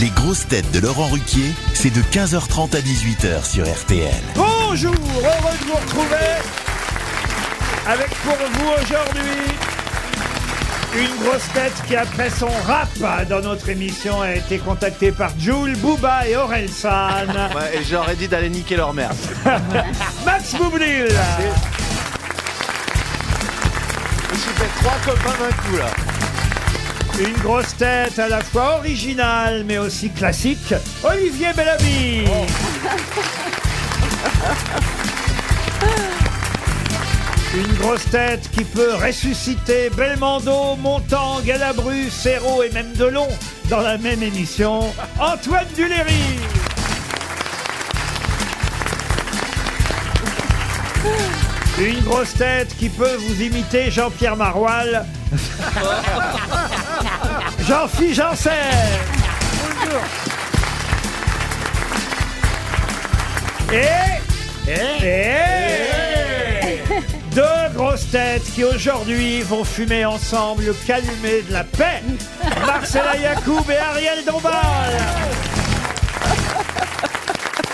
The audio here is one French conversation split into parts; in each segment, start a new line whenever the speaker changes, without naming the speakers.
Les grosses têtes de Laurent Ruquier, c'est de 15h30 à 18h sur RTL.
Bonjour, heureux de vous retrouver avec pour vous aujourd'hui une grosse tête qui après son rap dans notre émission a été contactée par Jules, Booba et Orelsan.
Ouais, et j'aurais dit d'aller niquer leur mère.
Max Boublil
Je me suis fait trois copains d'un coup là.
Une grosse tête à la fois originale mais aussi classique, Olivier Bellamy. Une grosse tête qui peut ressusciter Belmondo, Montand, Galabru, Serrault et même Delon dans la même émission, Antoine Duléry. Une grosse tête qui peut vous imiter Jean-Pierre Maroal, Jean-Philippe Janssen. Et, et, deux grosses têtes qui aujourd'hui vont fumer ensemble le calumet de la paix. Marcela Yacoub et Ariel Dombal.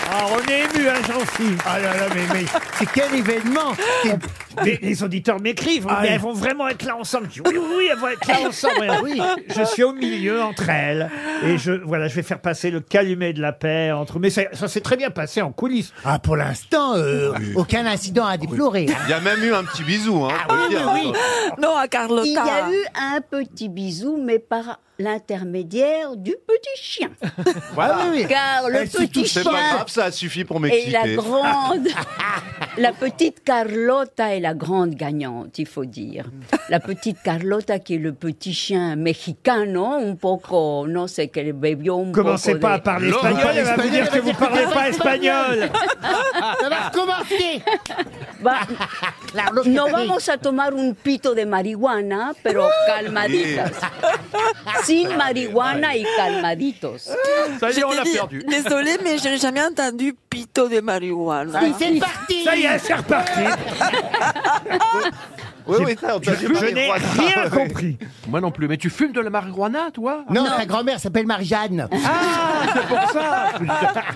Alors on est ému, hein, Jean-Philippe. Ah là là, mais, mais
C'est quel événement
Ah. les, les auditeurs m'écrivent, mais elles vont vraiment être là ensemble. Je dis, oui, oui, oui, elles vont être là ensemble. Ouais, oui, je suis au milieu entre elles et je voilà, je vais faire passer le calumet de la paix entre. Mais ça, ça s'est très bien passé en coulisses.
Ah, pour l'instant, euh, aucun incident à déplorer.
Il y a même eu un petit bisou.
Ah
Hein, faut le dire.
Non, à Carlotta.
Il y a eu un petit bisou, mais par l'intermédiaire du petit chien.
Voilà.
Ah oui, oui.
Car le
Eh, si,
petit
C'est pas
chien
grave, ça suffit pour
et la
m'exciter.
grande, la petite Carlotta est la grande gagnante, il faut dire. La petite Carlotta qui est le petit chien mexicano, un poco, no sé qué, bébé, un
Commencez
poco
pas à
de-
parler
Laurent,
espagnol, elle va vous
espagnol,
dire
elle
que
va
vous
dire que
parlez
t'es
pas
pas
espagnol.
Ça va recommencer
Bah,
Claro que
No
oui.
vamos a tomar un pito de marihuana, pero calmaditas. Sin marihuana y calmaditos.
Ça y est, on l'a
J'étais dit-
perdu.
Désolée, mais je n'ai jamais entendu pito de marijuana.
Allez, Ah, c'est parti
Ça y est, c'est reparti.
Oui, oui, ça, on t'a dit
Je
pas les
n'ai
trois
rien
gars.
compris.
Moi non plus. Mais tu fumes de la marijuana, toi
Non, sa grand-mère s'appelle Marie-Jeanne.
Ah,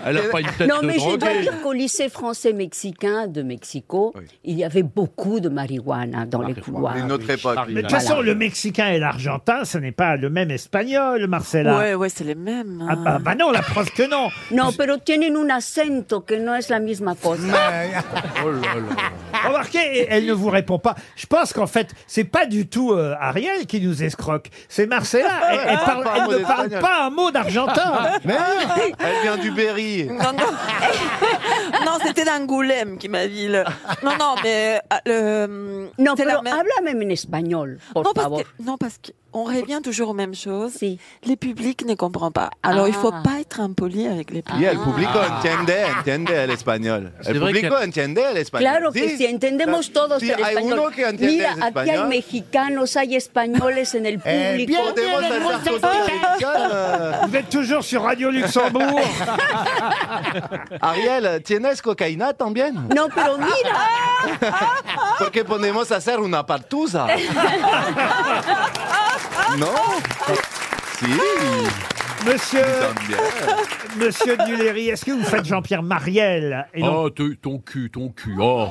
Elle a pas une tête
Non,
de
mais je dois
droguée.
dire qu'au lycée français-mexicain de Mexico, il y avait beaucoup de marijuana dans les couloirs.
Une autre époque.
Mais de toute façon, le mexicain et l'argentin, ce n'est pas le même espagnol, Marcella.
Ouais, ouais, c'est les mêmes. hein.
Ah, bah, bah non, la preuve que non.
No, pero tienen un acento que no es la misma cosa.
Remarquez, elle ne vous répond pas. Je pense qu'en fait, c'est pas du tout euh, Ariel qui nous escroque. C'est Marcella. Elle, elle parle-
pas un
elle
mot
ne parle
d'espagnol.
pas un mot d'argentin.
Mais oui.
Elle vient du Berry.
Non, non. Non, c'était d'Angoulême qui m'a dit. le- Non, non, mais. euh, le-
No,
c'est
pero
la même-
háblame en español, por
non, parce
favor.
que- non, parce qu'on revient toujours aux mêmes choses.
Ah, Si.
Les publics ne comprennent pas. Alors, il ne faut
Ah.
pas être impoli avec les
Y
publics.
el público entiende, entiende el español. El
C'est vrai
público
que-
entiende el español.
Claro que
Sí.
sí, entendemos todos
Sí,
el
hay uno
español.
que entiende
Mira,
el
aquí hay
español.
mexicanos, hay españoles en el
Eh,
público.
bienvenue
Podemos
à la
hacer
grosse
cosas
tête.
mexicanas, euh,
Vous êtes toujours sur Radio Luxembourg.
Ariel, ¿tienes cocaína también?
No, pero mira,
Porque podemos hacer una partusa. ¿No? Sí.
Monsieur,
también.
monsieur Duléry, est-ce que vous faites Jean-Pierre Mariel et non
Oh, te- ton cul, ton cul. Oh.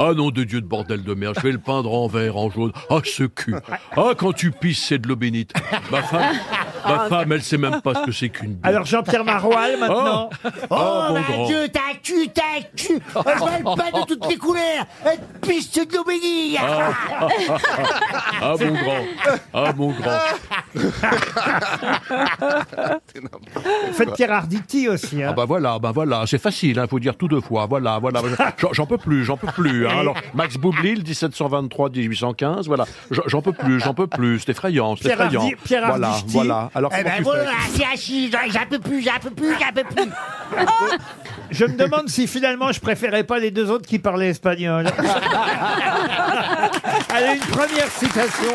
Ah non, de Dieu de bordel de merde, je vais le peindre en vert, en jaune. Ah, ce cul. Ah, quand tu pisses, c'est de l'eau bénite. Ma femme, ma femme, elle sait même pas ce que c'est qu'une bite.
Alors Jean-Pierre Maroal maintenant.
Oh,
Ah, bon
mon
grand.
Dieu, t'as un cul, t'as un cul Oh, Je vois le pas de toutes les couleurs Elle te pisse de l'obélie
Oh.
Ah, mon grand. Ah, mon grand.
Faites Pierre Arditi aussi. hein.
Ah bah voilà, bah voilà, c'est facile, hein, faut dire tout deux fois. Voilà, voilà. J'en- J'en peux plus, j'en peux plus. hein. Alors Max Boublil 1723 1815, voilà. J'en- J'en peux plus, j'en peux plus, c'est effrayant, c'est
Pierre Hardy-
effrayant.
Pierre
voilà,
Arditi.
voilà. Alors
Eh
comment
Oh,
ben
tu
voilà,
fais
c'est assis, j'en- j'en peux plus, j'en peux plus, j'en peux plus
Je me demande si finalement je préférais pas les deux autres qui parlaient espagnol. Allez, une première citation.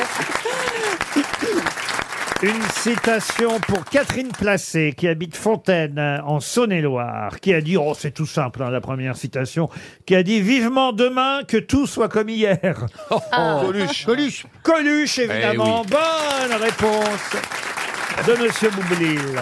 Une citation pour Catherine Placé, qui habite Fontaine, euh, en Saône-et-Loire, qui a dit, oh c'est tout simple hein, la première citation, qui a dit vivement demain que tout soit comme hier.
Coluche.
Coluche, évidemment. Bonne réponse de Monsieur Boublil.